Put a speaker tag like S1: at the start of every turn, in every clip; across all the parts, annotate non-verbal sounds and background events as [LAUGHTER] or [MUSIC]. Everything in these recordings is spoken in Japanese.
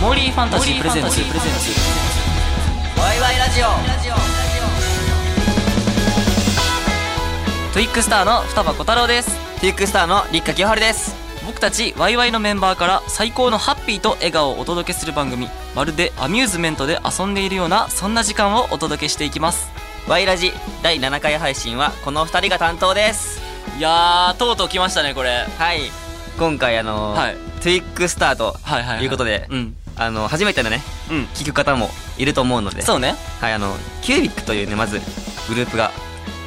S1: モーリーファンタジープレゼンツプレゼンツワイワイラジオトゥイックスターの双葉小太郎です
S2: トゥイックスターの立花清春です
S1: 僕たちワイワイのメンバーから最高のハッピーと笑顔をお届けする番組まるでアミューズメントで遊んでいるようなそんな時間をお届けしていきます
S2: ワイラジ第7回配信はこの2人が担当です
S1: いやーとうとう来ましたねこれ
S2: はい今回あのー
S1: はい
S2: トゥイックスターと
S1: はいはいはい
S2: いうことで、
S1: うん
S2: あの初めてのね
S1: うん
S2: 聞く方もいると思うので
S1: そうね
S2: はいあのキュービックというねまずグループが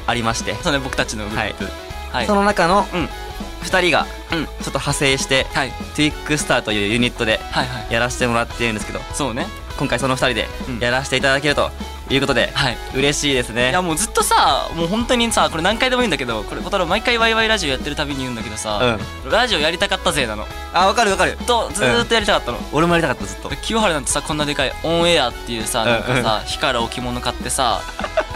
S2: ありまして、
S1: そうね僕たちのグループはい
S2: その中の
S1: うん
S2: 2人が
S1: うん
S2: ちょっと派生して、
S1: はい
S2: トゥイックスターというユニットで
S1: はいはい
S2: やらせてもらっているんですけど
S1: そうね
S2: 今回その2人で
S1: うん
S2: やらせていただけるということで、
S1: はい
S2: 嬉しいです
S1: い
S2: ね
S1: やもうずっとさもう本当にさこれ何回でも言うんだけどこれ小太郎毎回ワイワイラジオやってるたびに言うんだけどさ、ラジオやりたかったぜなの
S2: あわかるわかる
S1: とずーっとやりたかったの、
S2: 俺もやりたかったずっと
S1: 清原なんてさこんなでかいオンエアっていうさ
S2: うんう
S1: なんんかさ火から置物買って
S2: [LAUGHS]
S1: さ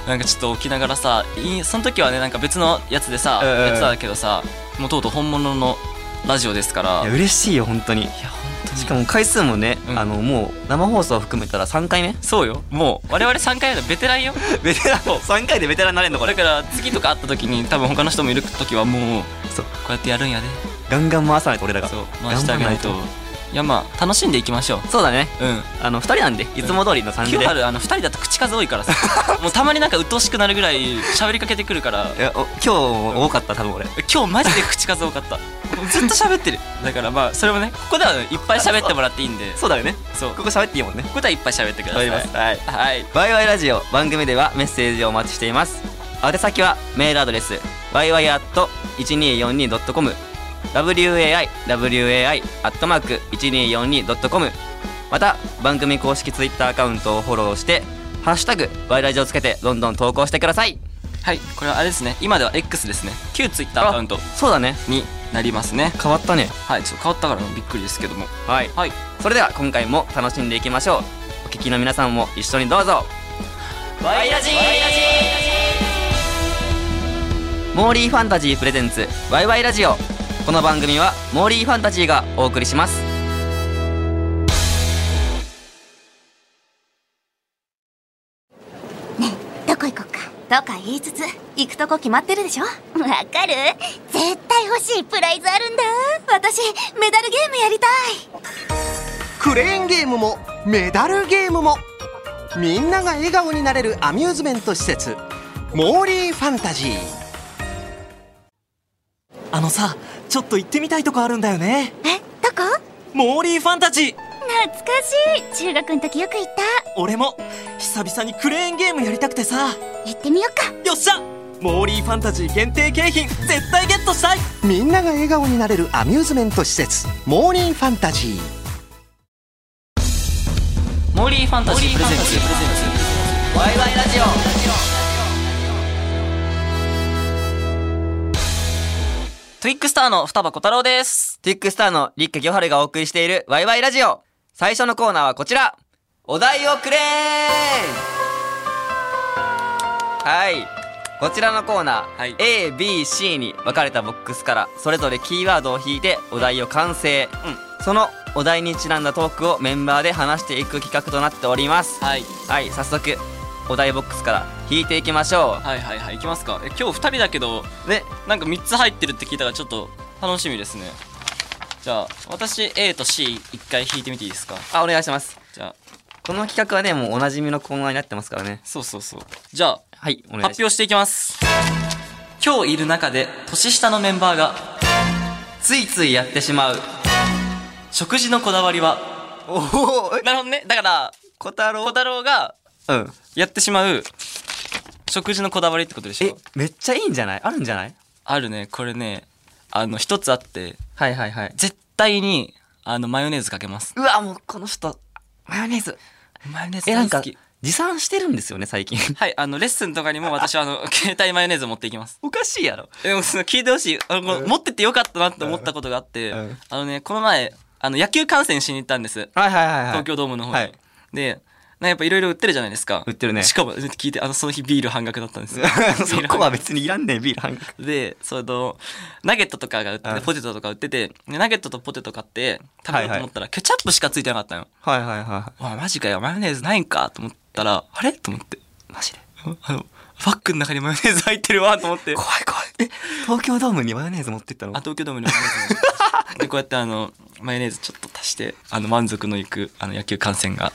S1: なんかちょっと置きながらさいその時はねなんか別のやつでさ
S2: うんうん
S1: やってたけどさもうとうとう本物のラジオですから
S2: い
S1: い
S2: や嬉しいよ本当に
S1: や本当に
S2: しかも回数もね、
S1: うん
S2: あのもう生放送含めたら3回目
S1: そうよもう我々3回目のベテランよ
S2: [LAUGHS] ベテラン3回でベテランになれんのこ
S1: だ
S2: れ
S1: から次とか会った時に多分他の人もいる時はもう
S2: そう
S1: こうやってやるんやで
S2: ガンガン回さないと俺らが
S1: そう回してあげないと
S2: 頑張
S1: いやまあ楽しんでいきましょう
S2: そうだね
S1: うん
S2: あの2人なんでいつも通りの3人
S1: 清
S2: で、
S1: 原あの2人だと口数多いからさ
S2: [LAUGHS]
S1: もうたまになんか鬱陶しくなるぐらい喋りかけてくるから
S2: いやお今日も多かった多分俺
S1: 今日マジで口数多かったずっと喋ってるだからまあそれもねここではねいっぱい喋ってもらっていいんで
S2: そうだよね
S1: そう
S2: こ
S1: こ
S2: こ喋っていいもんね
S1: こではいっぱい喋ってください
S2: はいはいワイワイラジオ番組ではメッセージをお待ちしています宛先はメールアドレス yy.1242.com wai wai アットマーク 1242.com また番組公式ツイッターアカウントをフォローして「ハッシュタグワイラジ」をつけてどんどん投稿してください
S1: はいこれはあれですね今では X ですね旧 Twitter アカウント
S2: そうだね
S1: になりますね
S2: 変わったね
S1: はいちょっと変わったからもうびっくりですけども
S2: はい
S1: はい
S2: それでは今回も楽しんでいきましょうお聞きの皆さんも一緒にどうぞ
S1: ワイラジワイラジ
S2: モーリーファンタジープレゼンツワイワイラジオこの番組はモーリーファンタジーがお送りします
S3: どこ行こっかとか言いつつ行くとこ決まってるでしょわかる絶対欲しいプライズあるんだ私メダルゲームやりたい
S4: クレーンゲームもメダルゲームもみんなが笑顔になれるアミューズメント施設モーリーファンタジー
S5: あのさちょっと行ってみたいとこあるんだよね
S3: えどこ
S5: モーリーファンタジー
S3: 懐かしい中学の時よく行っ
S5: 俺も久々にクレーンゲームやりたくてさ
S3: た行ってみよっか
S5: よっしゃモーリーファンタジー限定景品絶対ゲットしたい
S4: みんなが笑顔になれるアミューズメント施設モーリーファンタジー
S1: モーリーファンタジープレゼンツ
S2: ワイワイラジオ
S1: トゥイックスターの双葉小太郎です
S2: ティックスターの立花清春がお送りしているワイワイラジオ最初のコーナーはこちらお題をくれーはいこちらのコーナー、
S1: はい
S2: ABC に分かれたボックスからそれぞれキーワードを引いてお題を完成、そのお題にちなんだトークをメンバーで話していく企画となっております
S1: はい
S2: はい早速お題ボックスから引いていきましょ
S1: はいはいはいいきますかえ今日2人だけど
S2: うね
S1: なんか3つ入ってるって聞いたからちょっと楽しみですねじゃあ私 A と C1 回引いてみていいですか
S2: あお願いします
S1: じゃあ
S2: この企画はねもうおなじみのコーナーになってますからね
S1: そうそうそうじゃあ
S2: はいお願い
S1: 発
S2: します
S1: 表していきます今日いる中で年下のメンバーが
S2: ついついやってしまう
S1: 食事のこだわりは
S2: おお
S1: なるほどねだから
S2: 小太郎
S1: 小太郎が
S2: うん
S1: やってしまう食事のこだわりってことでし
S2: え
S1: ょ
S2: めっちゃいいんじゃないあるんじゃない
S1: あるねこれねあの一つあって
S2: はいはいはい
S1: 絶対にあのマヨネーズかけます
S2: うわもうこの人マヨネーズ
S1: マヨネーズ
S2: えなん
S1: 大好
S2: か
S1: き
S2: 持参してるんですよね最近 [LAUGHS]
S1: はいあのレッスンとかにも私はあの携帯マヨネーズを持っていきます
S2: おかしいやろ
S1: でもその聞いてほしいあの、持ってってよかったなって思ったことがあって、
S2: うん
S1: あのねこの前あの野球観戦しに行ったんです
S2: はいはいはいはい
S1: 東京ドームの方に、
S2: はい
S1: でなやっぱいろいろ売ってるじゃないですか
S2: 売ってるね
S1: しかも聞いてあのその日ビール半額だったん
S2: [LAUGHS]
S1: ですよ
S2: そこは別にいらんねんビール半額
S1: でそのナゲットとかが売って
S2: うん
S1: てポテトとか売っててでナゲットとポテト買って食べようと思ったら、ケチャップしかついてなかったのよ
S2: はいはいは
S1: わマジかよマヨネーズないんかと思ったらあれと思って
S2: いマジで
S1: あのバッグの中にマヨネーズ入ってるわと思って
S2: 怖い怖いえ東京ドームにマヨネーズ持ってったの
S1: あ東京ドームにマヨネーズ持
S2: [LAUGHS]
S1: ってでこうやってあのマヨネーズちょっと足してあの満足のいくあの野球観戦が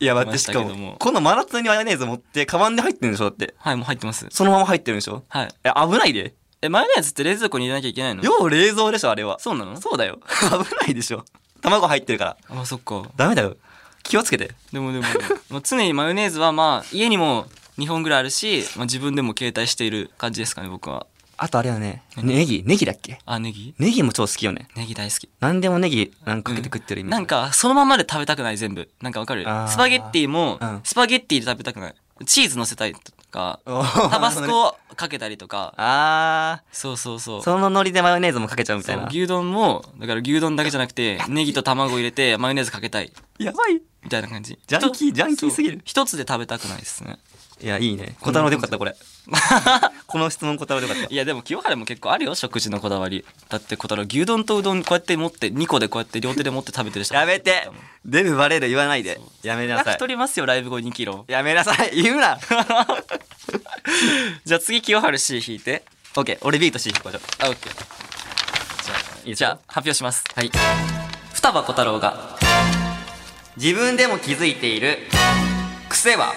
S2: いや待っ
S1: ま
S2: て
S1: し
S2: したか
S1: けども
S2: もこの真夏にマヨネーズ持ってカバンで入ってるんでしょだって
S1: はいもう入ってます
S2: そのまま入ってるんでしょ
S1: はい
S2: え危ないで
S1: えマヨネーズって冷蔵庫に入れなきゃいけないの
S2: 要冷蔵でしょあれは
S1: そうなの
S2: そうだよ危ないでしょ卵入ってるから
S1: あそっか
S2: ダメだよ気をつけて
S1: でもでもまあ常にマヨネーズはまあ家にも2本ぐらいあるし、まあ、自分でも携帯している感じですかね僕は
S2: あとあれはねネギネギだっけ
S1: あネギ
S2: ネギも超好きよね
S1: ネギ大好き
S2: 何でもネギなんかかけて食ってるイメージ
S1: なんかそのままで食べたくない全部なんかわかる
S2: あー
S1: スパゲッティも
S2: うん
S1: スパゲッティで食べたくないチーズ乗せたいとか
S2: おー
S1: タバスコをかけたりとか
S2: [LAUGHS] あ
S1: そうそうそう
S2: ーそのノリでマヨネーズもかけちゃうみたい
S1: そう
S2: な
S1: 牛丼もだから牛丼だけじゃなくてネギと卵入れてマヨネーズかけたい
S2: やばい
S1: みたいな感じ
S2: ジャンキー
S1: 一つ
S2: ジャンキーすぎる
S1: そう一つで食べたくないですね
S2: いやいいね小太郎でよかったこ [LAUGHS] れこの質問小太郎でよかった
S1: いやでも清原も結構あるよ食事のこだわりだって小太郎牛丼とうどんこうやって持って2個でこうやって両手で持って食べてる人
S2: やめてデブバレる言わないでやめなさい
S1: 太りますよライブ後2キロ
S2: やめなさい言う [LAUGHS] な
S1: じゃあ次清原 C 引いて
S2: オッケー俺ビート C 引こうじゃ
S1: あオッケー
S2: あいい
S1: じ
S2: じ
S1: ゃ
S2: ゃ
S1: あ
S2: あ
S1: 発表します
S2: はい
S1: 双葉小太郎が
S2: 自分でも気づいている癖は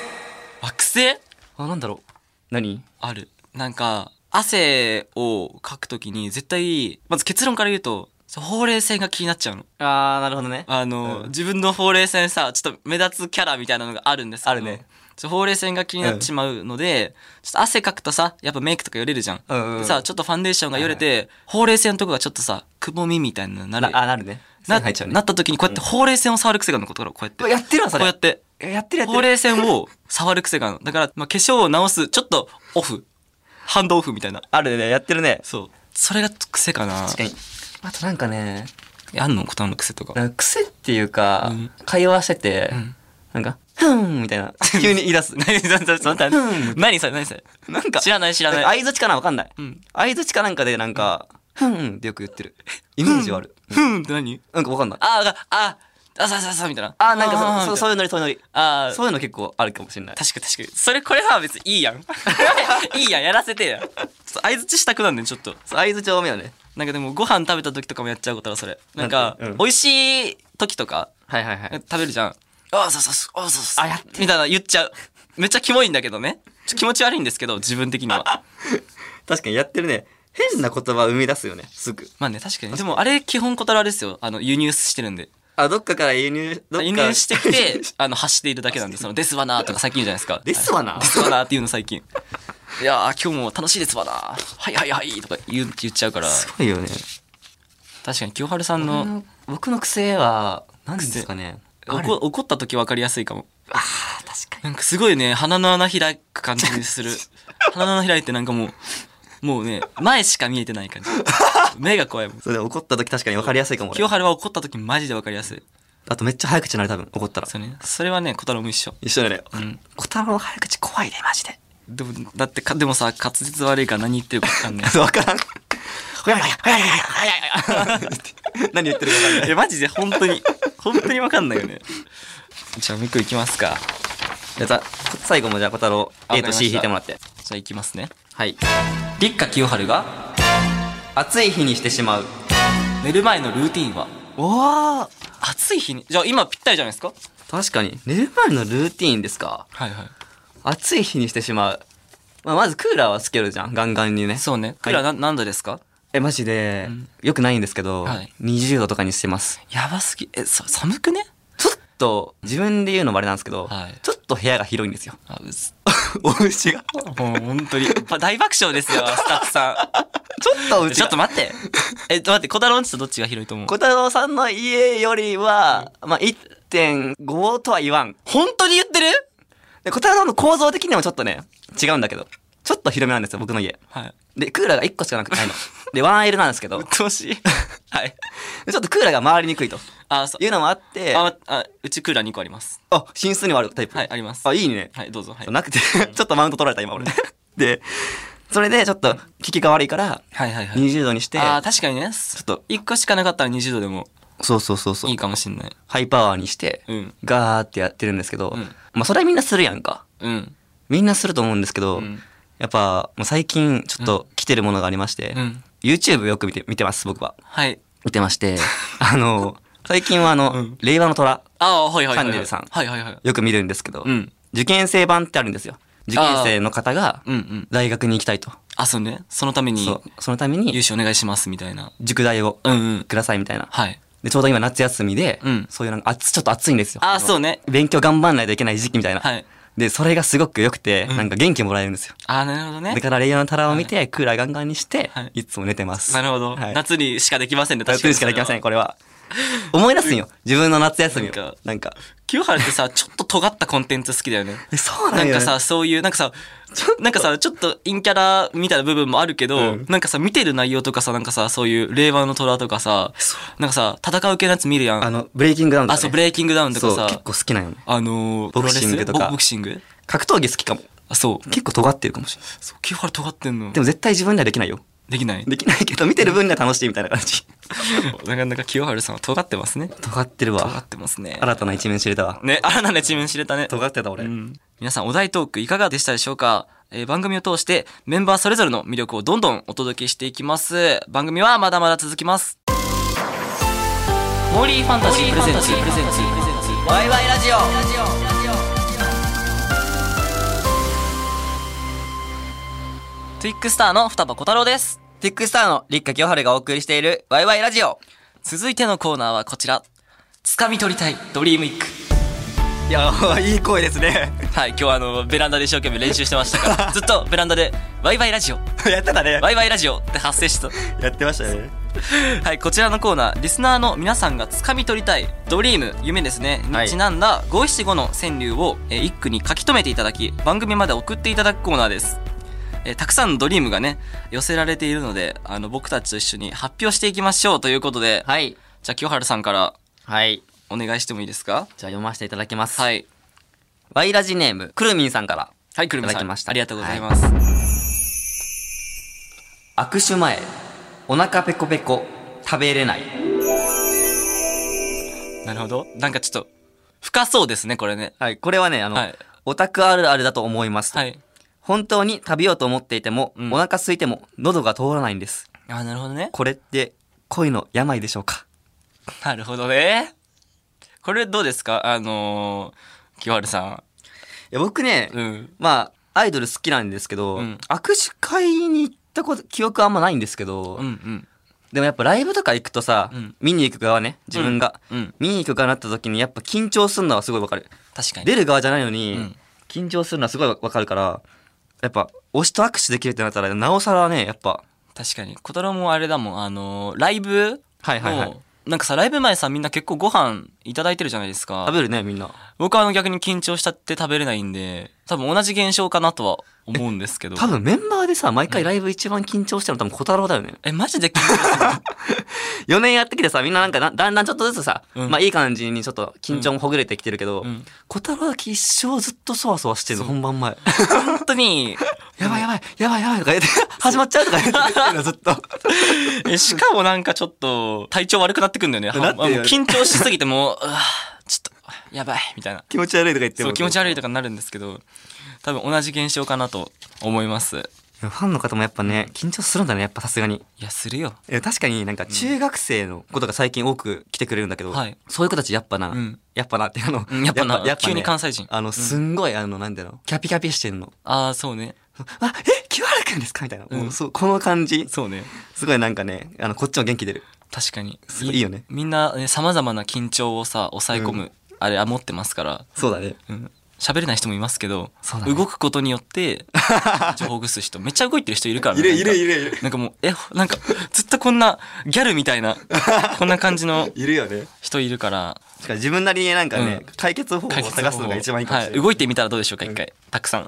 S1: あ癖
S2: あなんだろう何
S1: あるなんか汗をかくときに絶対まず結論から言うとほうれい線が気になっちゃうの
S2: あーなるほどね
S1: あの、
S2: うん
S1: 自分のほうれい線さちょっと目立つキャラみたいなのがあるんですけど
S2: あるね
S1: ちょほうれい線が気になっちまうので、ちょっと汗かくとさやっぱメイクとかよれるじゃん、
S2: うんうんうん
S1: でさちょっとファンデーションがよれて、ほうれい線のとこがちょっとさくぼみみたいなのにな
S2: な
S1: る
S2: あなるね
S1: な
S2: 入っちゃうね
S1: なった時にこうやってほうれい線を触る癖があるのことからこうやって、
S2: うわやってるわそれ
S1: こうやって
S2: えやってるやってる
S1: ほうれい線を触る癖があるのだから、まあ、化粧を直すちょっとオフハンドオフみたいな
S2: あるねやってるね
S1: そうそれが癖かな
S2: 確かにあとなんかね
S1: えあんのことの癖とか
S2: なんか癖っていうか、
S1: うん
S2: 会話してて、
S1: ん
S2: なんか「ふーん」みたいな [LAUGHS] 急に言い出す
S1: 何それそれ
S2: うん
S1: 何それ何それ
S2: なんか
S1: 知らない知らない
S2: 相づちかなわかんない
S1: うん
S2: 相づちかなんかでなんか「ふーん」ってよく言ってるイメージはある、
S1: ふーんって何
S2: なんかわかんない
S1: あーあああさあさあさあみたいな
S2: あなんか
S1: あー
S2: そそそういうノリそういうノリ
S1: あー
S2: そういうの結構あるかもしれない
S1: 確かに確かにそれこれは別にいいやんいいやんやらせてや相づちしたくなんねんちょっと
S2: そう相づち多めよね
S1: なんかでもご飯食べた時とかもやっちゃうことはそれなんか
S2: うん
S1: 美味しい時とか
S2: はいはいはい
S1: 食べるじゃんああそうそうそうああそうそう
S2: あやっ
S1: みたいな言っちゃうめっちゃキモいんだけどねちょ気持ち悪いんですけど自分的に [LAUGHS] は
S2: 確かにやってるね変な言葉生み出すよねすぐ
S1: まあね確かにでもあれ基本小太郎あれですよあの輸入してるんで
S2: あどっかから輸入どっか
S1: 輸入してきて [LAUGHS] あの発しているだけなんでその「ですわな」とか最近言うじゃ [LAUGHS] ないですか「
S2: ですわな
S1: はいですわな」っていうの最近 [LAUGHS] 「いやー今日も楽しいですわな」「はいはいはい」とか言う言っちゃうから
S2: すごいよね
S1: 確かに清春さんの
S2: 僕の癖は何ですかねある
S1: 怒怒った時分かりやすいかも
S2: あ確かに
S1: なんかすごいね鼻の穴開く感じにす
S2: [LAUGHS]
S1: る鼻の穴開いてなんかもうもうね前しか見えてない感じ目が怖いもん
S2: それで怒った時確かに分かりやすいかも俺
S1: 清春は怒った時マジで分かりやすい
S2: あとめっちゃ早口になる多分怒ったら
S1: そうねそれはね小太郎も一緒
S2: 一緒だね
S1: うん
S2: 小太郎の早口怖いねマジで
S1: でもだってかでもさ滑舌悪いから何言ってるか分かんない
S2: 分からんほやほやほやほやほやほやほや何言ってるか分かんな
S1: [LAUGHS]
S2: い
S1: えマジで本当に本当に分かんないよねじゃあもう一個いきますか
S2: じゃあ最後もじゃあ小太郎
S1: あ
S2: A と C 引い
S1: わ
S2: て
S1: かり
S2: もら
S1: ま
S2: って
S1: じゃあいきますね
S2: はい
S1: 立花清春が
S2: 暑い日にしてしまう
S1: 寝る前のルーティンは
S2: おお
S1: 暑い日にじゃあ今ぴったりじゃないですか
S2: 確かに寝る前のルーティーンですか
S1: はいはい
S2: 暑い日にしてしまう、まあ、まずクーラーはつけるじゃんガンガンにね
S1: そうねクーラーな何度ですか
S2: えマジで、よくないんですけど、
S1: はい
S2: 20度とかにしてます
S1: やばすぎえそ寒くね
S2: ちょっと自分で言うのもあれなんですけど、
S1: はい
S2: ちょっと部屋が広いんですよ [LAUGHS]
S1: あうす
S2: お
S1: [LAUGHS]
S2: 家が
S1: もう本 [LAUGHS] 当にば大爆笑ですよスタッフさ
S2: ちょっとお
S1: [LAUGHS] んちょっと
S2: 待
S1: 待ってえ待って小太郎んちとどっちが広いと思う
S2: 小太郎さんの家よりは、まあ、1.5とは言わん
S1: 本当に言ってる
S2: で小太郎の構造的にもちょっとね違うんだけどちょっと広めなんですよ僕の家
S1: はい。
S2: でクーラーが1個しかなく
S1: [LAUGHS]
S2: ないので 1L なんですけど
S1: 鬱陶しい。 [LAUGHS]
S2: はいでちょっとクーラーが回りにくいと
S1: あ、そう
S2: い。うのもあってあ
S1: あ、あ、うちクーラー2個あります。
S2: 寝室にもあるタイプ
S1: はい、あります。
S2: あいいね、
S1: はい、どうぞ。はい。
S2: なくて [LAUGHS] ちょっとマウント取られた今俺でそれでちょっと効きが悪いから
S1: はいはいはい。
S2: 20度にして
S1: あー、確かにね。
S2: ちょっと
S1: 1個しかなかったら20度でも
S2: そうそうそうそう
S1: いいかもしんない。
S2: ハイパワーにして、
S1: うん
S2: ガーってやってるんですけど、
S1: うん
S2: まあそれはみんなするやんか。
S1: うん。
S2: みんなすると思うんですけど、
S1: うん
S2: やっぱもう最近ちょっと来てるものがありまして、
S1: うん
S2: YouTube よく見て見てます僕は。
S1: はい。
S2: 見て
S1: [LAUGHS]
S2: まして、あの、最近はあの、
S1: うん
S2: 令和の虎
S1: あー、はいはいはいはい。
S2: チャンネルさん
S1: はいはいはい。
S2: よく見るんですけど、
S1: うん
S2: 受験生版ってあるんですよ。受験生の方が
S1: うんうん。
S2: 大学に行きたいと。
S1: あ、そうね。そのために
S2: そうそのために
S1: 融資お願いしますみたいな。
S2: 塾代を
S1: うんうん。
S2: くださいみたいな。
S1: はい。
S2: でちょうど今夏休みで、
S1: うん
S2: そういうなんか暑ちょっと暑いんですよ。
S1: あー、そうね。
S2: 勉強頑張んないといけない時期みたいな。
S1: はい。
S2: で、それがすごく良くて、なんか元気もらえるんですよ。
S1: あー、なるほどね
S2: だ。から、レイヤーのタラを見て、クーラーガンガンにして、
S1: はい
S2: い、つも寝てます。
S1: なるほど、
S2: はい、夏
S1: 夏にしかできませんね、確か
S2: に
S1: に。
S2: しかできません、これは。思い出すんよ。自分の夏休みを。
S1: な
S2: なんん
S1: か
S2: か。
S1: 清原ってさ、ちょっと尖ったコンテンツ好きだよね。
S2: えそう
S1: なん
S2: よ
S1: かさ、、そういう、なんかさ、なんかさ、ちょっと陰キャラみたいな部分もあるけど、なんかさ、見てる内容とかさ、なんかさ、そういう令和の虎とかさ、なんかさ、戦う系のやつ見るやん。
S2: あ
S1: あ,、
S2: の、ブレイキングダウンとか、ね。
S1: そう、ブレイキングダウンとか
S2: そう
S1: さ、
S2: 結構好きなんよね。
S1: あのー、
S2: ボクシン
S1: プ
S2: グ
S1: ロレス
S2: とか
S1: ボボクシング
S2: 格闘技好きかも。
S1: あ、そう。
S2: 結構尖ってるかもしれない。
S1: そう清原尖ってんの。
S2: でも絶対自分ではできないよ。
S1: できない。
S2: できないけど、見てる分には楽しいみたいな感じ。
S1: なかなか清原さんは尖ってますね。
S2: 尖ってる
S1: 尖
S2: わ
S1: っ。てますね。
S2: 新たな一面知れたわ。
S1: ね、新たな一面知れたね。
S2: 尖ってた俺。
S1: 皆さんお題トークいかがでしたでしょうか、えー番組を通してメンバーそれぞれの魅力をどんどんお届けしていきます番組はまだまだ続きますモーリーファンタジープレゼンツ
S2: ワイワイラジオ
S1: トゥイックスターの双葉小太郎です
S2: ティックスターの立花清春がお送りしているワイワイラジオ。
S1: 続いてのコーナーはこちら掴み取りたいドリームイック
S2: いや、いい声ですね。 [LAUGHS]
S1: はい今日はあのベランダで一生懸命練習してましたからずっとベランダでワイワイラジオ
S2: やってたね。
S1: ワイワイラジオって発生した
S2: やってましたね。
S1: はい、こちらのコーナーリスナーの皆さんが掴み取りたいドリーム夢ですね
S2: は
S1: に
S2: い
S1: ちなんだ五七五の川柳を、えー一句に書き留めていただき番組まで送っていただくコーナーです、えーたくさんのドリームがね寄せられているのであの僕たちと一緒に発表していきましょうということで、
S2: はい。
S1: じゃあ清原さんから
S2: はい。
S1: お願いしてもいいですか
S2: じゃあ読ませていただきます。
S1: はい
S2: ワイラジネーム、くるみんさんから。
S1: はいくるみ
S2: い
S1: さ
S2: ただき
S1: ん
S2: ました
S1: ありがとうございます、
S2: 握手前、お腹ペコペコ、食べれない。
S1: なるほどなんかちょっと深そうですねこれね
S2: はい。これはね、あの、
S1: はい
S2: オタクあるあるだと思いますと。
S1: はい
S2: 本当に食べようと思っていても、
S1: うん
S2: お腹空いても喉が通らないんです。
S1: あなるほどね
S2: これって恋の病でしょうか
S1: なるほどね。これどうですかあのー、清原さ
S2: いや僕ね、
S1: ん。うん。
S2: まあ、アイドル好きなんですけど、
S1: うん
S2: 握手会に行ったこと、記憶あんまないんですけど、
S1: うんうん。
S2: でもやっぱライブとか行くとさ、
S1: うん
S2: 見に行く側ね、自分が。
S1: うん。
S2: 見に行く側になった時にやっぱ緊張するのはすごいわかる。
S1: 確かに。
S2: 出る側じゃないのに、
S1: うん
S2: 緊張するのはすごいわかるから、やっぱ推しと握手できるってなったら、なおさらね、やっぱ、
S1: 確かに。小太郎もあれだもん。あのー、ライブ
S2: はいはいはい
S1: のなんかさ、ライブ前さ、みんな結構ご飯いただいてるじゃないです
S2: 食
S1: か。
S2: べるね、みんな。
S1: 僕はあの逆に緊張しちゃって食べれないんで、多分同じ現象かなとは思うんですけど。
S2: 多分メンバーでさ、毎回ライブ一番緊張してるの多分小太郎だよね。
S1: え、マジで緊張する
S2: 4年やってきてさ、みんななんかなだんだんちょっとずつさ、
S1: うん
S2: まあいい感じにちょっと緊張もほぐれてきてるけど、
S1: うん
S2: 小太郎だけ一生ずっとそわそわしてるの、本番前。
S1: 本当 [LAUGHS] に。
S2: やばいやばい、やばいやばいとか言って、始まっちゃうとか言ってるのずっと。
S1: [LAUGHS] え、しかもなんかちょっと、体調悪くなってくんだよね。
S2: なってるよね
S1: もう緊張しすぎてもう、う [LAUGHS] わちょっと、やばい、みたいな。
S2: 気持ち悪いとか言って
S1: そう気持ち
S2: 悪い
S1: 悪いとかになるんですけど多分同じ現象かなと思います
S2: や。ファンの方もやっぱね、緊張するんだね、やっぱさすがに。
S1: いやするよ
S2: いや確かになんか中学生の子とか最近多く来てくれるんだけど、
S1: はい
S2: そういう子たちやっぱな、
S1: うん
S2: やっぱなってあの、
S1: うんやっぱな急に関
S2: 西
S1: 西人
S2: あの、すんごいあの、なんだろうの、キャピキャピしてんの。
S1: ああそうね
S2: あ、え、清原くんですかみたいな。
S1: うん
S2: もうそうこの感じ、
S1: そうね
S2: すごいなんかね、あの、こっちも元気出る。
S1: 確かに
S2: すごいいいよね
S1: みんなさまざまな緊張をさ抑え込む、あれは持ってますから
S2: そうだね。
S1: うん喋れない人もいますけど、
S2: そうだね
S1: 動くことによ
S2: [LAUGHS]
S1: って、情報をほぐす人、めっちゃ動いてる人いるからね。
S2: いるい
S1: なんか
S2: るいるいる。
S1: なんかもう、え、なんか、ずっとこんな、ギャルみたいな、こんな感じの
S2: いるよね。
S1: 人いるから、
S2: しかも自分なりになんかね、
S1: う
S2: 解決方法を探すのが一番いいかもしれない、
S1: は動いてみたらどうでしょうか、一回。たくさん。 [LAUGHS]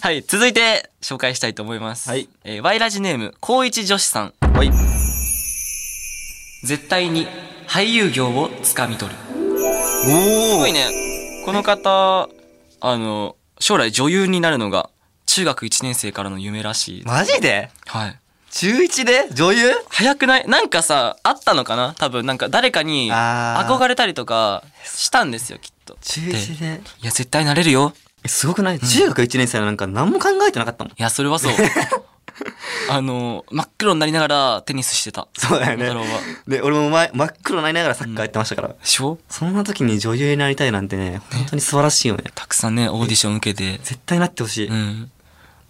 S1: はい、続いて紹介したいと思います。
S2: はい
S1: えーワイラジネーム、高一女子さん。
S2: はい
S1: 絶対に俳優業をつかみ取る。す
S2: お
S1: ご
S2: お
S1: いね。この方、あの、将来女優になるのが、中学1年生からの夢らしい。
S2: マジで
S1: はい。
S2: 中一で女優
S1: 早くないなんかさ、あったのかな多分、なんか誰かに
S2: あー
S1: 憧れたりとかしたんですよ、きっと。
S2: 中一
S1: で
S2: で
S1: いや、絶対なれるよ。
S2: えすごくない、中学1年生はなんか何も考えてなかったもん
S1: いや、それはそう。あの、真っ黒になりながらテニスしてた。
S2: [LAUGHS] そうだよね
S1: 桃太郎は。
S2: で俺も前真っ黒になりながらサッカーやってましたから、
S1: でしょ
S2: そんな時に女優になりたいなんてね本当に素晴らしいよね
S1: たくさんね、オーディション受けて。
S2: 絶対なってほしい、
S1: うん。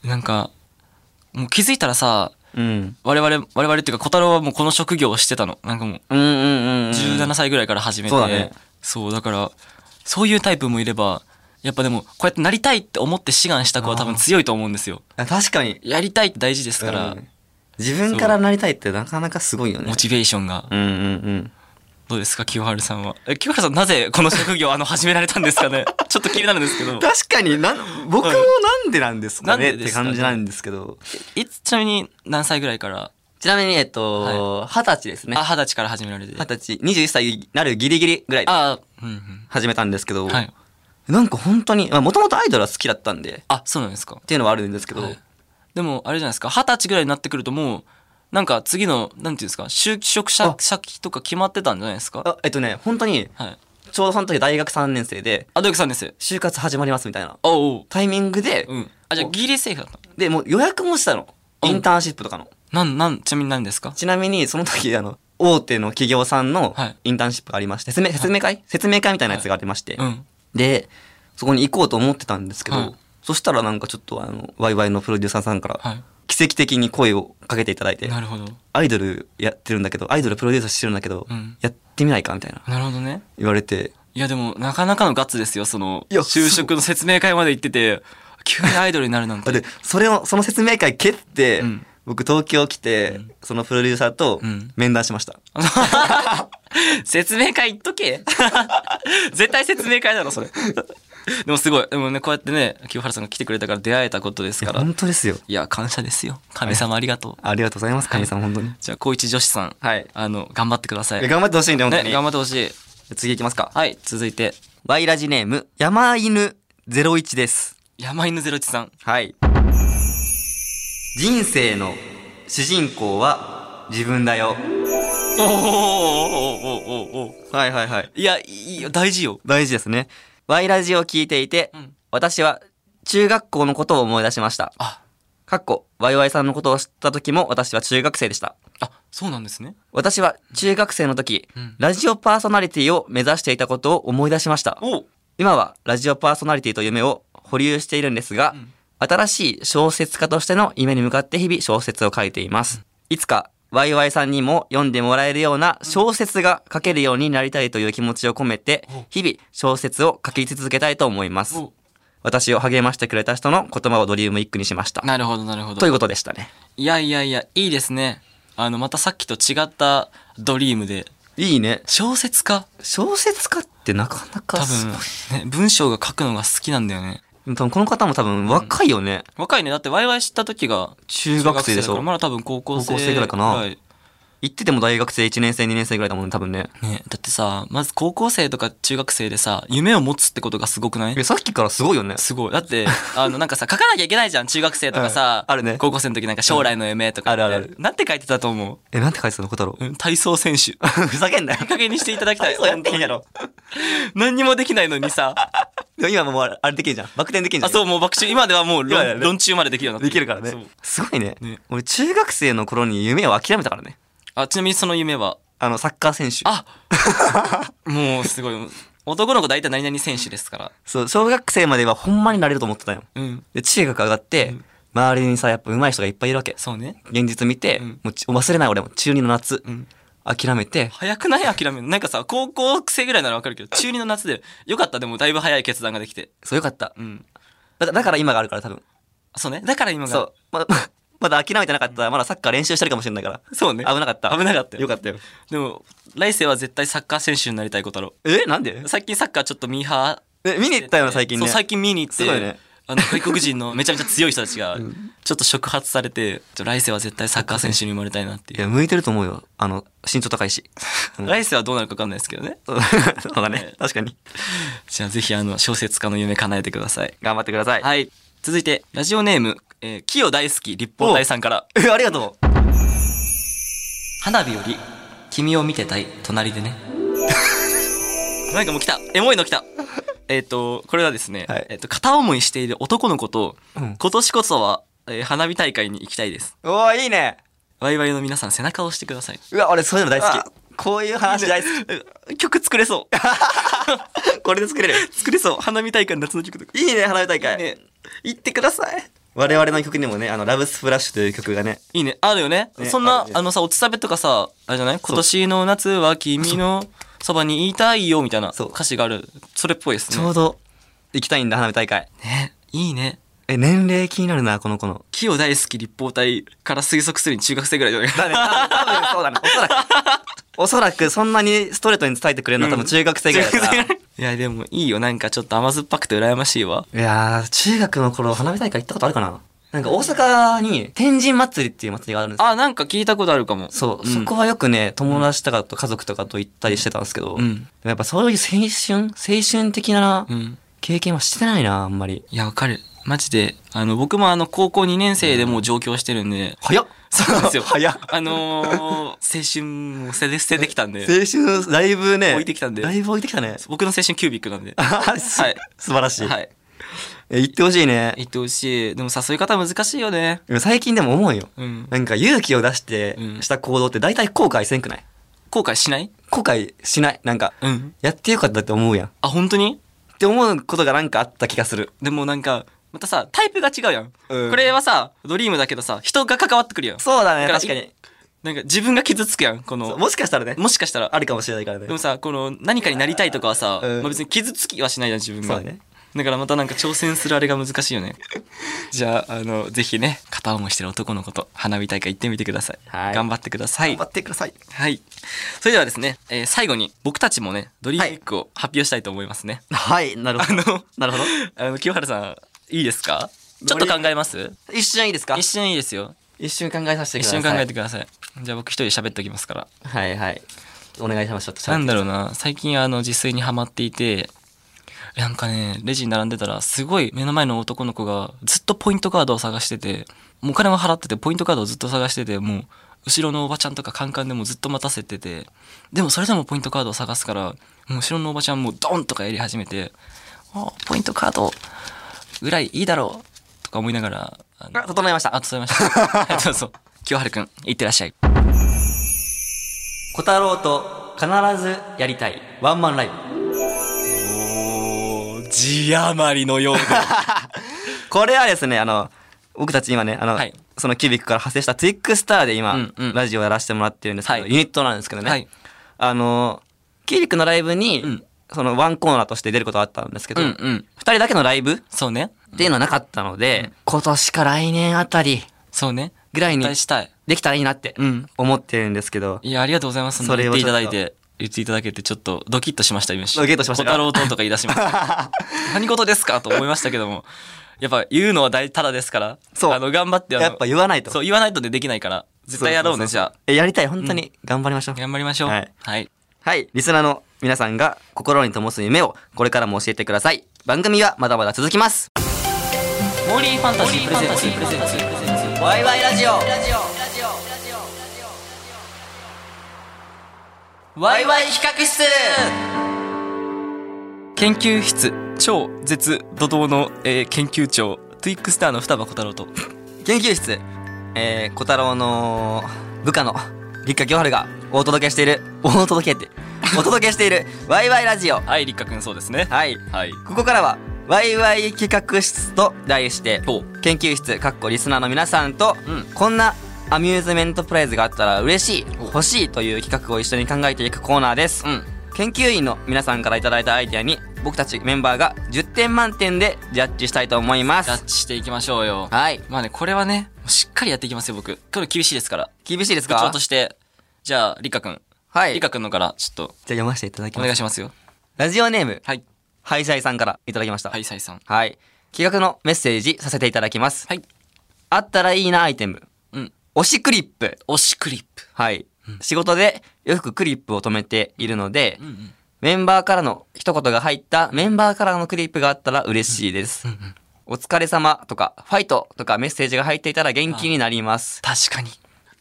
S1: なんか、もう気づいたらさ、
S2: うん、
S1: 我々、我々っていうか、小太郎はもうこの職業をしてたの。なんかもう、
S2: うんうんうんうん
S1: 17歳ぐらいから始めて、
S2: そうだね
S1: そうだからそういうタイプもいればやっぱでもこうやってなりたいって思って志願した子は多分強いと思うんですよ
S2: あ確かに
S1: やりたいって大事ですから、
S2: うん自分からなりたいってなかなかすごいよね
S1: モチベーションが
S2: うんうんうん
S1: どうですか清春さんはえ清春さんなぜこの職業をあの始められたんですか
S2: [LAUGHS]
S1: ねちょっと気になるんですけど
S2: 確かになん僕もなんでなんですかね、
S1: なんで
S2: って
S1: ですかね
S2: 感じなんですけど
S1: いつちなみに何歳ぐらいから、
S2: ちなみにえっと二十、歳ですね
S1: あ二十歳から始められて
S2: 二十歳21歳になるギリギリぐらいで
S1: あうんうん
S2: 始めたんですけど、
S1: はい
S2: なんか本当にもともとアイドルは好きだったんで
S1: あそうなんですか
S2: っていうのはあるんですけど、
S1: はいでもあれじゃないですか二十歳ぐらいになってくるともうなんか次のなんていうんですか就職者
S2: あ
S1: 先とか決まってたんじゃないですか
S2: あえっとね本当に
S1: はい
S2: ちょうどその時大学3年生で
S1: あ、どゆきさんです。
S2: 就活始まりますみたいな
S1: あおう。
S2: タイミングで、
S1: うん。あ、じゃあギリセーフだった。
S2: でもう予約もしたの
S1: うん
S2: インターンシップとかの、
S1: なん、なん、ちなみに何ですか
S2: ちなみにその時あの大手の企業さんの
S1: はい
S2: インターンシップがありまして説明説明会、説明会みたいなやつがありまして、
S1: うん。
S2: でそこに行こうと思ってたんですけど、
S1: はい
S2: そしたらなんかちょっとあのワイワイのプロデューサーさんから
S1: は
S2: 奇跡的に声をかけていただい
S1: い。
S2: て
S1: なるほど。
S2: アイドルやってるんだけどアイドルプロデューサーしてるんだけど、
S1: うん
S2: やってみないかみたいな
S1: なるほどね。
S2: 言われて
S1: いや、でも、なかなかのガッツですよ、その、
S2: いや
S1: 就職の説明会まで行ってて、急にアイドルになるなんて。
S2: でそれをその説明会蹴って、
S1: うん
S2: 僕東京来て、そのプロデューサーと
S1: うん
S2: 面談しました、
S1: 説明会行っとけ [LAUGHS] 絶対説明会だろ、 [LAUGHS] それ。でもすごい。でもね、こうやってね、清原さんが来てくれたから出会えたことですから。
S2: 本当ですよ
S1: いや、感謝ですよ。神様ありがとう。
S2: ありがとうございます神さん本当に
S1: じゃあ、高一女子さん。
S2: はい
S1: あの、頑張ってください。
S2: いや頑張ってほしいんで本当
S1: ね、
S2: に、
S1: 頑張ってほしい。
S2: 次行きますか
S1: はい、続いて、
S2: ワイラジネーム山犬ゼロ一です
S1: 山犬ゼロ一さん。
S2: はい人生の主人公は自分だ
S1: お
S2: よ
S1: ーおーおーおーおーおー
S2: はいはいはい
S1: いや、いいよ、大事よ。
S2: 大事ですねワイラジを聞いていて、
S1: うん
S2: 私は中学校のことを思い出しました
S1: あ、
S2: かっこワイワイさんのことを知った時も私は中学生でした
S1: あ、そうなんですね。
S2: 私は中学生の時、
S1: ん
S2: ラジオパーソナリティを目指していたことを思い出しました
S1: お
S2: 今はラジオパーソナリティという夢を保留しているんですが、新しい小説家としての夢に向かって日々小説を書いています、いつかワイワイさんにも読んでもらえるような小説が書けるようになりたいという気持ちを込めて日々小説を書き続けたいと思います
S1: お
S2: 私を励ましてくれた人の言葉をドリーム一句にしました
S1: なるほど、なるほ
S2: と
S1: ど。
S2: いうことでしたね
S1: いやいやいや、いいですね。あの、またさっきと違ったドリームで。
S2: いいね
S1: 小説家
S2: 小説家ってなかなか
S1: 多
S2: す
S1: 分
S2: ごい、
S1: ね、文章が書くのが好きなんだよね。
S2: 多分この方も多分若いよね、
S1: 若いね。だって、ワイワイ知った時が
S2: 中学生でし
S1: だから
S2: ょ
S1: まだ多分高校生。
S2: 高校生ぐらいかな行ってても大学生1年生2年生ぐらいだもんね多分ね
S1: ね、だってさ、まず高校生とか中学生でさ、夢を持つってことがすごくない
S2: えさっきからすごいよね
S1: すごい。だって、あの、なん [LAUGHS] かさ、書かなきゃいけないじゃん。中学生とかさ、
S2: うんあるね
S1: 高校生の時なんか将来の夢とかって、
S2: うんあるあるある
S1: なんて書いてたと思
S2: えなんて書いてたの小太郎
S1: う、うん、体操選
S2: [LAUGHS]
S1: 手。
S2: ふざけん
S1: [LAUGHS]
S2: なよ
S1: いい加減にしていただきたい。
S2: そうやってんやろ
S1: 本当に何にもできないのにさ。
S2: でも今もうあれできるじゃんバク転できるじゃ
S1: あ、
S2: ん
S1: そう、もう爆中、今ではもう
S2: いやいや
S1: 論論中までできるようにな
S2: で
S1: って
S2: きるから
S1: そう
S2: ねすごいね
S1: ね
S2: 俺中学生の頃に夢を諦めたからね
S1: あ、ちなみにその夢は、
S2: あのサッカー選手
S1: あもうすごい。男の子大体何々選手ですから。
S2: そう小学生まではほんまになれると思ってたよ
S1: うん。
S2: で中学上がって周りにさやっぱ上手い人がいっぱいいるわけ
S1: そうね。
S2: 現実見て
S1: うん
S2: もうち忘れない俺も中2の夏
S1: ん
S2: 諦めて
S1: 早くない諦めるのなんかさ、高校生ぐらいならわかるけど、中二の夏で、よかった、でもだいぶ早い決断ができて。
S2: そうよかった
S1: うん。
S2: だからだから今があるから多分
S1: そうね。だから今が。
S2: そうまあまあまだ [LAUGHS] 諦めてなかったらまだサッカー練習してるかもしれないから
S1: そうね
S2: 危なかった
S1: 危なかったよ
S2: よかったよ
S1: でも来世は絶対サッカー選手になりたいことだろ
S2: えなんで
S1: 最近サッカーちょっとミーハー
S2: え見に行ったよな最近ね
S1: そう最近見に行って
S2: すごいね
S1: あの外国人のめちゃめちゃ強い人たちがちょっと触発されてちょ来世は絶対サッカー選手に生まれたいなって
S2: い
S1: いう
S2: や向いてると思うよあの身長高いし [LAUGHS]
S1: 来世はどうなるか分かんないですけどね
S2: そうそうだね確かに
S1: じゃあぜひあの小説家の夢叶えてください
S2: 頑張ってください
S1: はい続いてラジオネーム、えー、キヨ大好き立方体さんから
S2: えありがとう
S1: 花火より君を見てたい隣
S2: [LAUGHS]
S1: でねなんかもう来たエモいの来たえっとこれはですね、
S2: はい
S1: えっと片思いしている男の子と、
S2: うん
S1: 今年こそは、えー花火大会に行きたいです
S2: おーいいね
S1: ワイワイの皆さん背中を押してくださいう
S2: わ俺そういうの大好
S1: あ
S2: きこういう話大好き曲作れそうこれで作れる
S1: 作れそう花火大会の夏の曲とか
S2: いいね花火大会
S1: ね
S2: 行ってください我々の曲にもねあのラブスプラッシュという曲がね
S1: いいねあるよね
S2: ね
S1: そんな
S2: あ
S1: あ
S2: るね
S1: のさおつさべとかさあれじゃない今年の夏は君のそばにいたいよみたいな
S2: そう
S1: 歌詞があるそれっぽいですね
S2: ちょうど行きたいんだ花火大会
S1: ねいいね
S2: え年齢気になるなこの子の
S1: 木を大好き立方体から推測するに中学生ぐらいじゃないかな
S2: 多分そうだねおそらく [LAUGHS] おそらくそんなにストレートに伝えてくれるのは多分中学生ぐらいだから、
S1: いやでもいいよなんかちょっと甘酸っぱくて羨ましいわ
S2: いやー、中学の頃花火大会行ったことあるかななんか大阪に天神祭りっていう祭りがあるんですよ
S1: あなんか聞いたことあるかも
S2: そう、
S1: ん
S2: そこはよくね、友達とかと家族とかと行ったりしてたんですけど、
S1: うん
S2: でもやっぱそういう青春、青春的な
S1: うん
S2: 経験はしてないな、あんまり。
S1: いやわかるマジであの僕もあの高校2年生でもう上京してるんで、
S2: 早っ
S1: そうなんですよ
S2: 早っ
S1: あのー、青春を捨て捨ててきたんで
S2: 青春、だいぶね、
S1: 置いてきたんで
S2: だいぶ置いてきたね。
S1: 僕の青春キュービックなんで
S2: [LAUGHS] は
S1: はい
S2: 素晴らしい。
S1: はい
S2: え行ってほしいね。
S1: 言ってほしいでもさそういう方難しいよね
S2: でも最近でも思うよ。
S1: うん
S2: なんか勇気を出して
S1: うん
S2: した行動って大体後悔せんくない
S1: 後悔しない
S2: 後悔しない。なんか、
S1: うん
S2: やってよかったって思うやん。
S1: あ本当に
S2: って思うことがなんかあった気がする。
S1: でもなんかまたさタイプが違うやん、
S2: うん
S1: これはさドリームだけどさ人が関わってくるやん
S2: そうだね、
S1: だ
S2: 確か
S1: ら
S2: に。
S1: なんか自分が傷つくやんこ
S2: そう
S1: のも
S2: もしかしたらね、
S1: しかしたら
S2: あるかもしれないからね
S1: で。もさこの何かになりたいとかはさ、
S2: うん
S1: まあ、別に傷つきはしないじゃん自分が
S2: そうだね
S1: だからまたなんか挑戦するあれが難しいよね [LAUGHS] じゃああのぜひね片思いしてる男の子と花火大会行ってみてください、
S2: はい
S1: 頑張ってください
S2: 頑張ってください。
S1: はいそれではですね、えー最後に僕たちもねドリームウィークを発表したいと思いますね、
S2: はい、なるほど。なるほ
S1: あの清原さんいいですかちょっと考えます
S2: ど。一瞬いいですか
S1: 一瞬いいですよ
S2: 一瞬考えさせて
S1: 一
S2: ください。
S1: 瞬考えてくださいじゃあ僕一人で喋っておきますから
S2: はいはい。お願いします、ちょっと。
S1: なんだろうな最近あの自炊にはまっていてなんかねレジに並んでたらすごい目の前の男の子がずっとポイントカードを探しててもうお金は払っててポイントカードをずっと探しててもう後ろのおばちゃんとかカンカンでもうずっと待たせててでもそれでもポイントカードを探すからもう後ろのおばちゃんもうドンとかやり始めて「おポイントカードぐらいいいだろう」とか思いながらあの
S2: あ、整いました。
S1: あ、伝えました。はいどうぞ。清春くん、いってらっしゃい。
S2: 小太郎と必ずやりたいワンマンライブ。
S1: 字余りのようで。
S2: これはですね、あの、僕たち今ね、あの、
S1: はい
S2: そのキュービックから派生したツイックスターで今、
S1: うんうん
S2: ラジオやらせてもらってるんですけど、
S1: はい
S2: ユニットなんですけどね、
S1: はい
S2: あの、キュービックのライブに、
S1: うん
S2: そのワンコーナーとして出ることはあったんですけど、
S1: う
S2: 二
S1: んうん。
S2: 人だけのライブっ
S1: そうね。
S2: ていうのはなかったので、今年か来年あたり
S1: そうね。
S2: ぐらい
S1: 期
S2: に
S1: 待したい。
S2: できたらいいなって
S1: うん
S2: 思ってるんですけど、
S1: いや、ありがとうございます。
S2: それ
S1: 言っ
S2: を
S1: てい
S2: ちょったと
S1: だいて、言っていただけて、ちょっとドキッとしました、今。
S2: ドキッとしましたか
S1: 小太郎ととか言い出しま
S2: [LAUGHS]
S1: した。何事ですかと思いましたけども。やっぱ言うのは大ただですから。
S2: そう
S1: あの、頑張って、あの
S2: やっぱ言わないと。
S1: そう、言わないとでできないから。絶対やろうね、じゃあ。
S2: あ。やりたい、本当に頑張りましょう。
S1: 頑張りましょう。
S2: はい
S1: はい。
S2: はい、リスナーの皆さんが心に灯す夢をこれからも教えてください。番組はまだまだ続きます。
S1: モーリーファンタジープレゼンツ、プレゼンツ、プレゼンツ。
S2: ワイワイラジオ。ワイワイ企画室。
S1: 研究室超絶怒涛の、えー研究長トゥイックスターの双葉小太
S2: [LAUGHS]
S1: 郎と
S2: 研究室、えー、小太郎の部下の立花清春がお届けしている、お届
S1: [LAUGHS]
S2: けって、お届けしているワイワイラジオ。
S1: はい立花くんそうですね
S2: はい。
S1: はい
S2: ここからは、ワイワイ企画室と題して
S1: ほ、
S2: 研究室、かっこリスナーの皆さんと、
S1: うん
S2: こんなアミューズメントプライズがあったら嬉しい、欲しいという企画を一緒に考えていくコーナーです。
S1: うん
S2: 研究員の皆さんからいただいたアイデアに、僕たちメンバーが10点満点でジャッジしたいと思いま
S1: ジャ
S2: す
S1: ッ。ジしていきましょうよ
S2: はい。
S1: まあねこれはねしっかりやっていきますよ、僕。これ厳しいですから。
S2: 厳しいです
S1: 部長
S2: か
S1: として、じゃあ、りっかくん。
S2: は
S1: り
S2: い。
S1: っ
S2: じゃ
S1: かくんのから、ちょっと、
S2: あ読ませていただき
S1: お
S2: ま
S1: 願い
S2: す。
S1: しますよ。
S2: ラジオネーム、
S1: はい。
S2: ハイジャイさんからいただきました。
S1: はい、さいさん。
S2: はい。企画のメッセージさせていただきます。
S1: はい。
S2: あったらいいなアイテム。
S1: うん。
S2: 推しクリップ。
S1: 推しクリップ。
S2: はい。仕事でよくクリップを止めているので、
S1: うんうん。
S2: メンバーからの一言が入ったメンバーからのクリップがあったら嬉しいです。お疲れ様とか、ファイトとかメッセージが入っていたら元気になります。
S1: 確かに。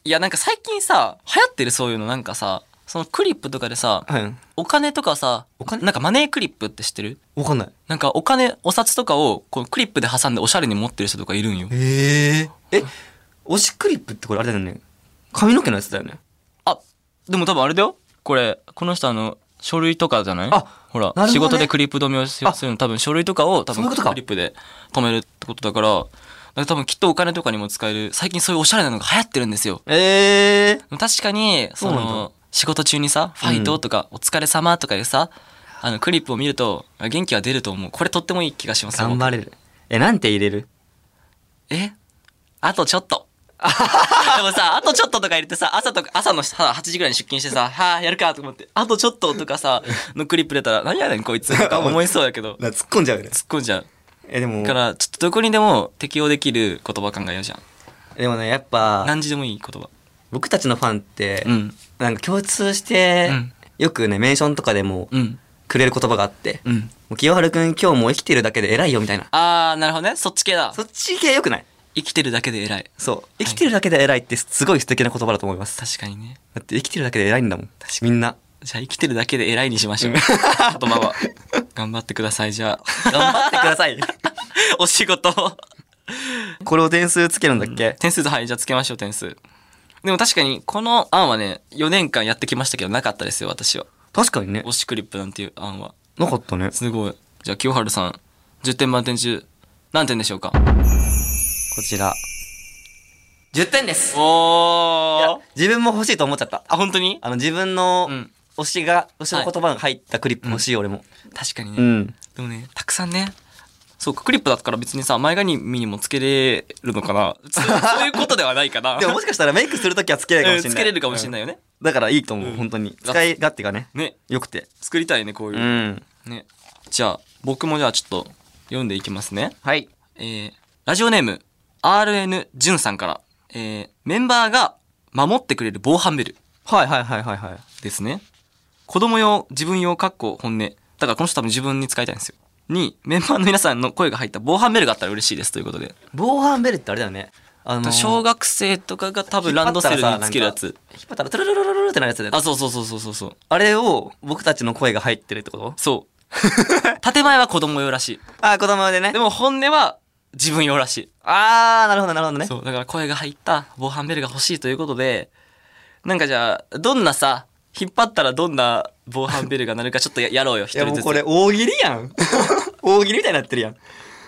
S1: いや、なんか最近さ、流行ってるそういうの、なんかさ、そのクリップとかでさ、
S2: はい。
S1: お金とかさ、
S2: お金
S1: なんかマネークリップって知ってる
S2: わかんない。
S1: なんかお金、お札とかを、こうクリップで挟んでおしゃれに持ってる人とかいるんよ。
S2: えええ、推しクリップってこれあれだよね。髪の毛のやつだよね。
S1: あ、でも多分あれだよ。これ、この人あの、書類とかじゃない
S2: あ
S1: ほら、
S2: なるほどね
S1: 仕事でクリップ止めをす
S2: あ
S1: するの、多分書類とかを多
S2: そ
S1: 分
S2: ういうことか
S1: クリップで止めるってことだから、だから多分きっとお金とかにも使える、最近そういうおしゃれなのが流行ってるんですよ。
S2: ええ
S1: 確かに、そ
S2: そうなんだ
S1: の、仕事中にさ、ファイトとか、お疲れ様とかでさ、あの、クリップを見ると、元気は出ると思う。これとってもいい気がしますよ
S2: 頑張れる。え、なんて入れる
S1: えあとちょっと。 [LAUGHS] でもさ、あとちょっととか入れてさ、朝とか、朝のさ、8時ぐらいに出勤してさ、はあ、やるかと思って、あとちょっととかさ、のクリップ出たら、何やねんこいつとか思いそうやけど、突っ
S2: 突っ込んじゃうね。
S1: 込んじゃう。
S2: え、でも、
S1: から、ちょっとどこにでも適用できる言葉考えようじゃん。
S2: でもね、やっぱ、
S1: 何時でもいい言葉。
S2: 僕たちのファンって、
S1: うん。
S2: なんか共通して、
S1: うん
S2: よくね、メンションとかでも
S1: うん。
S2: くれる言葉があって、
S1: うん。
S2: もう清春くん今日もう生きてるだけで偉いよみたいな。
S1: あー、なるほどね。そっち系だ
S2: そ。っち系良くない
S1: 生きてるだけで偉い。
S2: そう。生きてるだけで偉いってすごい素敵な言葉だと思います。
S1: 確かにね。
S2: だって生きてるだけで偉いんだもん。みんな。
S1: じゃあ、生きてるだけで偉いにしましょう。 [LAUGHS] 言葉は。頑張ってください、じゃ
S2: [LAUGHS]
S1: あ。
S2: 頑張ってください。
S1: お仕事を。
S2: これを点数つけるんだっけ、
S1: 点数とはいじゃあつけましょう点数でも確かにこの案はね4年間やってきましたけどなかったですよ私は
S2: 確かにね
S1: 推。しクリップなんていう案は
S2: なかったね。
S1: すごいじゃあ清春さん10点満点中何点でしょうか
S2: こちら。10点です。いや
S1: お
S2: 自分も欲しいと思っちゃった。
S1: あ本当に
S2: あの、自分の
S1: うん
S2: 推しが、推しの言葉が入ったクリップ欲しい、俺も。
S1: 確かにね、
S2: うん。
S1: でもねたくさんねそうかクリップだったから別にさ前髪にもつけれるのか
S2: [LAUGHS]
S1: なそうそういうことではないかな
S2: でももしかしたらメイクするときはつけれるかもし
S1: う
S2: れ
S1: ん
S2: ない。
S1: つけれるかもしれないよね、
S2: うんだからいいと思う、本当に。使い勝手がね、
S1: ね
S2: 良くて。
S1: 作りたいねこういうう、
S2: ん。
S1: ねじゃあ僕もじゃあちょっと読んでいきますね
S2: はい。
S1: えーラジオネーム RN じゅんさんから、えーメンバーが守ってくれる防犯ベル
S2: はいはいはいはいはい。
S1: ですね。子供用、自分用、かっこ本音。だからこの人多分自分に使いたいんですよ。に、メンバーの皆さんの声が入った防犯ベルがあったら嬉しいですということで。
S2: 防犯ベルってあれだよね。あのー、
S1: 小学生とかが多分ランドセルにつけるやつ。
S2: 引っ張ったらトゥルルルルルルってなるやつだよね
S1: あ、そうそうそうそうそうそう。
S2: あれを僕たちの声が入ってるってこと
S1: そう。 [LAUGHS] 建前は子供用らし
S2: あ、子供でね
S1: い。で。も本音は自分用らしい。
S2: あー、なるほどなるほどね。
S1: そう、だから声が入った防犯ベルが欲しいということで、なんかじゃあ、どんなさ、引っ張ったらどんな防犯ベルが鳴るかちょっとや
S2: [LAUGHS]
S1: やろうよ、一
S2: いや
S1: 人
S2: もう
S1: ずつ。
S2: これ大喜利やん。大喜利みたいになってるやん。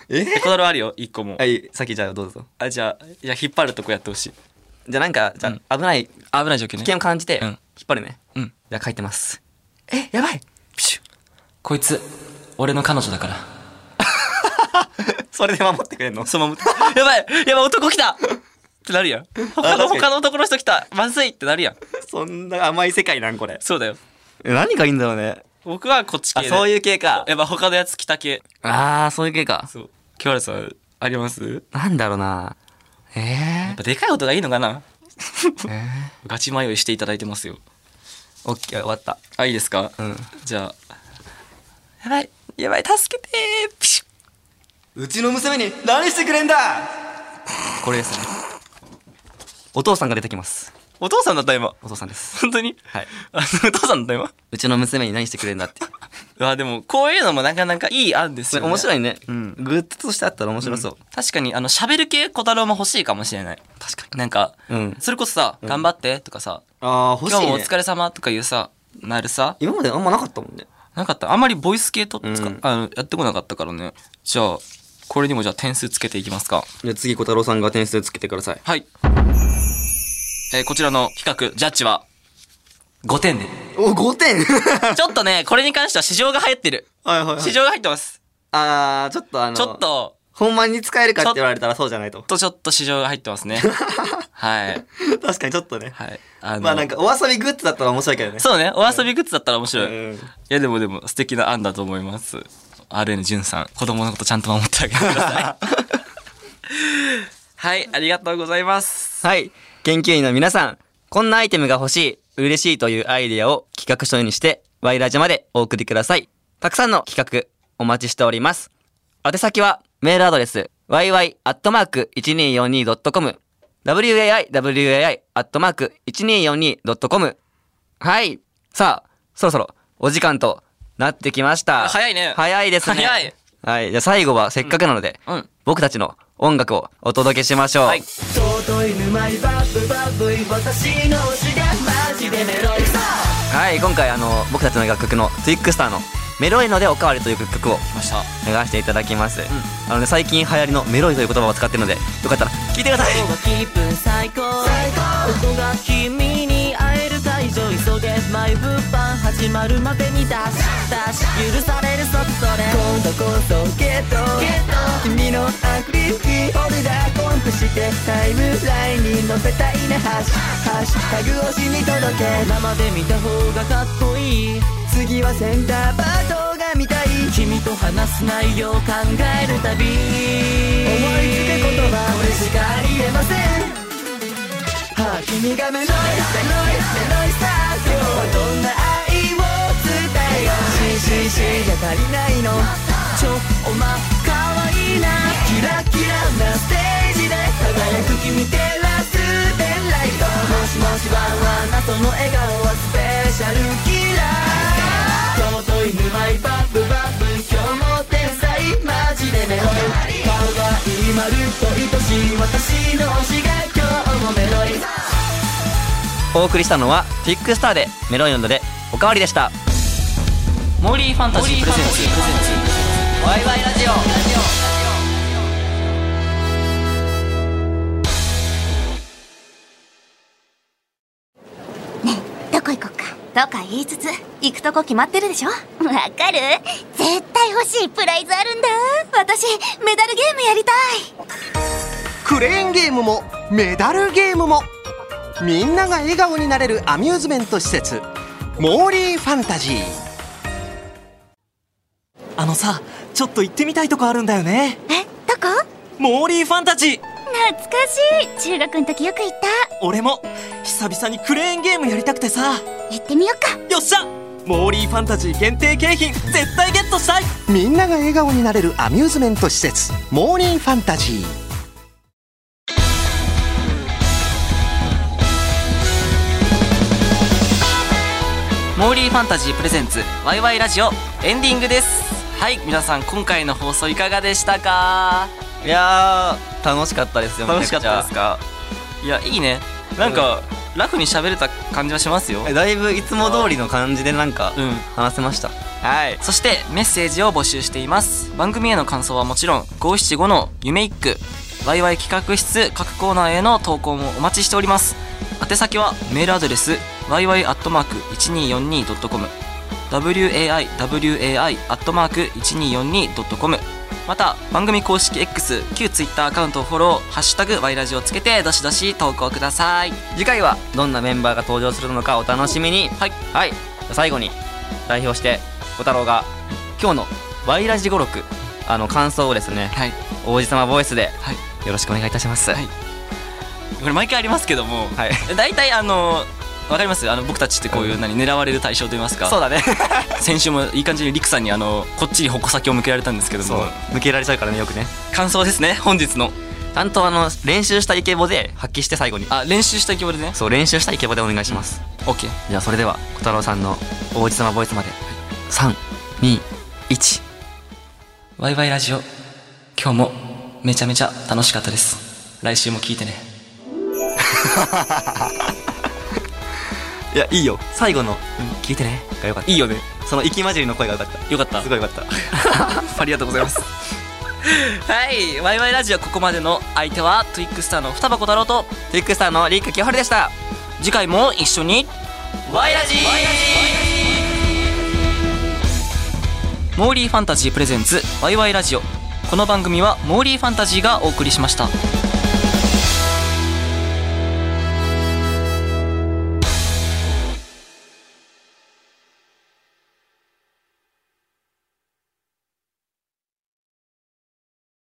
S2: え
S1: えこだわりあるよ、一個も。
S2: はい、先じゃあどうぞ。
S1: あ、じゃあ、じゃあ引っ張るとこやってほしい。
S2: じゃあなんか、じゃあ危ない、危
S1: 危ない状況ね。
S2: 険を感じて、
S1: うん
S2: 引っ張るね。
S1: うん。
S2: じゃあ書いてます。え、やばい
S1: ピシュこいつ、俺の彼女だから。
S2: それで守ってくれんの [LAUGHS]
S1: そのまま、 [LAUGHS] やばいやばい男来たってなるやん。他の、
S2: 確かに
S1: 他の男の人来たまずいってなるやん。
S2: そんな甘い世界なんこれ。
S1: そうだよ。
S2: 何がいいんだろうね。
S1: 僕はこっち系
S2: あ、
S1: で。
S2: そう
S1: う。
S2: いう系か。
S1: やっぱ他のやつ来た系。
S2: あー、そういう系か。
S1: そう。清原さん、あります
S2: なんだろうな。え
S1: やっ
S2: え
S1: ぱでかい音がいいのかな
S2: ー。え
S1: ガチ迷いしていただいてますよ。
S2: ー。オッケー、終わった。
S1: あ、いいですか、
S2: うん。
S1: じゃあ。やばい、やばい、助けてーピシュ
S2: うちの娘に何してくれんだこれですね。お父さんが出てきます。
S1: お父さんだった今。
S2: お父さんです。
S1: 本当に
S2: はい。
S1: あのお父さんだった今。
S2: うちの娘に何してくれんだって。
S1: うわ、でも、こういうのもなかなかいい案ですよね。
S2: [LAUGHS] 面白
S1: い。
S2: いね。
S1: ん
S2: グッズとしてあったら面白そう。
S1: 確かに、あの、喋る系、小太郎も欲しいかもしれない。確かに。なんか、
S2: うん
S1: それこそさ、頑張ってとかさ、
S2: ああ、欲
S1: 今日もお
S2: 今
S1: 疲れ様とかいうさ、なるさ、
S2: まであんまなかったもんね。
S1: なかった。あんまりボイス系と、
S2: うん
S1: つかあのやってこなかったからね。じゃあ、これにもじゃあ点数つけていきますか。
S2: じゃあ次、小太郎さんが点数つけてください。
S1: はい。えーこちらの企画、ジャッジは、5点
S2: [LAUGHS]
S1: で。
S2: お、5点
S1: ちょっとね、これに関しては市場が流行ってる。
S2: はいはい、は
S1: 市
S2: い。
S1: 場が入ってます。
S2: ああ、ちょっとあの、
S1: ちょっと、
S2: ほんまに使えるかって言われたらそうじゃないと。
S1: とちょっと市場が入ってます
S2: [LAUGHS]
S1: ね。はい。
S2: 確かにちょっとね。
S1: はい。あの
S2: まあなんかお遊びグッズだったら面白いけどね。
S1: そうね、お遊びグッズだったら面白い。
S2: うん
S1: いや、でもでも素敵な案だと思います。RN 淳さん、子供のことちゃんと守ってあげてください。
S2: [LAUGHS]
S1: はい、ありがとうございます。
S2: はい。研究員の皆さん、こんなアイテムが欲しい、嬉しいというアイデアを企画書にして、ワイラジまでお送りください。たくさんの企画、お待ちしております。宛先は、メールアドレス、yy.1242.com、waiwai.1242.com。はい。さあ、そろそろ、お時間となってきました。
S1: あ早いね
S2: 早いですね。
S1: 早い。
S2: はい。じゃあ最後はせっかくなので、
S1: うんうん
S2: 僕たちの音楽をお届けしましょう。
S1: はい
S5: 尊い沼いバブバブい私の推しがマジでメロイさ
S2: はい今回あの僕たちの楽曲の「トゥイックスターの「メロイのでおかわり」という曲を
S1: 来ました。
S2: 流していただきます、あのね最近流行りの「メロイ」という言葉を使ってるのでよかったら聞いてください
S5: 今日は気分最高ここが君に会える会場急げ前物販始まるまでにダッシュダッシュ許されるそっそれ今度こそゲットゲット君のアクリルキーホルダーコンプしてタイムラインに乗せたいねハッシュハッシュタグ越しに届け生で見た方がかっこいい次はセンターパートが見たい君と話す内容考えるたび思いつく言葉俺しかありえませんはあ君がメロイスメロイスメロイスター今日はどんな愛を伝えよう CCC じゃ足りないのちょおまかわいいなキラキラなステージで輝く君照らすペンライトもしもしワンワンなその笑顔はスペシャルキラー尊い沼いバブバブ今日も天才マジでメロイ顔がいい丸っぽい愛しい私の推しが今日もメロイ
S2: お送りしたのは「トゥイックスターで「メロイのでおかわり」でした
S1: モーリーファンタジープレゼンツ。
S2: ワイワイラジオ
S3: どこ行こっかとか言いつつ行くとこ決まってるでしょわかる絶対欲しいプライズあるんだ私メダルゲームやりたい
S4: クレーンゲームもメダルゲームもみんなが笑顔になれるアミューズメント施設モーリーファンタジー
S5: あのさちょっと行ってみたいとこあるんだよね
S3: えどこ
S5: モーリーファンタジー
S3: 懐かしい中学の時よく行った
S5: 俺も久々にクレーンゲームやりたくてさ
S3: 行ってみよっか
S5: よっしゃモーリーファンタジー限定景品絶対ゲットしたい
S4: みんなが笑顔になれるアミューズメント施設モーリーファンタジー
S1: モーリーファンタジープレゼンツワイワイラジオエンディングですはい皆さん今回の放送いかがでしたか
S2: いやー楽しかったですよ
S1: 楽しかったです
S2: か
S1: いやいいねなんか、ラフに喋れた感じはしますよ
S2: だいぶいつも通りの感じでなんか
S1: うん
S2: 話せましたはい
S1: そしてメッセージを募集しています番組への感想はもちろん575の夢一句ワイワイ企画室各コーナーへの投稿もお待ちしております宛先はメールアドレス yy.1242.com waiwai.1242.com また番組公式 X 旧 Twitter アカウントをフォロー「ハッシュタグワイラジ」をつけてどしどし投稿ください
S2: 次回はどんなメンバーが登場するのかお楽しみに
S1: はい
S2: はい最後に代表して小太郎が今日の「ワイラジ語録」あの感想をですね
S1: はい
S2: 王子様ボイスで
S1: はい
S2: よろしくお願いいたします
S1: はいこれ毎回ありますけども
S2: はい
S1: 大体あのわかりますあの僕たちってこういう何狙われる対象といいますか
S2: そうだね
S1: 先週もいい感じにリクさんにあのこっちに矛先を向けられたんですけど
S2: そう
S1: も
S2: 抜けられちゃうからねよくね
S1: 感想ですね本日の
S2: ちゃんとあの練習したイケボで発揮して最後に
S1: あ練習した気持ちね
S2: そう練習したイケボでお願いします
S1: OK
S2: じゃあそれでは小太郎さんの王子様ボイスまで321
S1: ワイワイラジオ今日もめちゃめちゃ楽しかったです来週も聞いてね
S2: いやいいよ最後の「聞いてね」がよかったいいよねその息混じりの声がよかった
S1: よかった
S2: すごいよかった
S1: ありがとうございます [LAUGHS] はいワイワイラジオここまでの相手はトゥイックスターの双葉小太郎と
S2: トゥイックスターのリーク清春でした
S1: 次回も一緒にワイラジモーリーファンタジープレゼンツワイワイラジオこの番組はモーリーファンタジーがお送りしました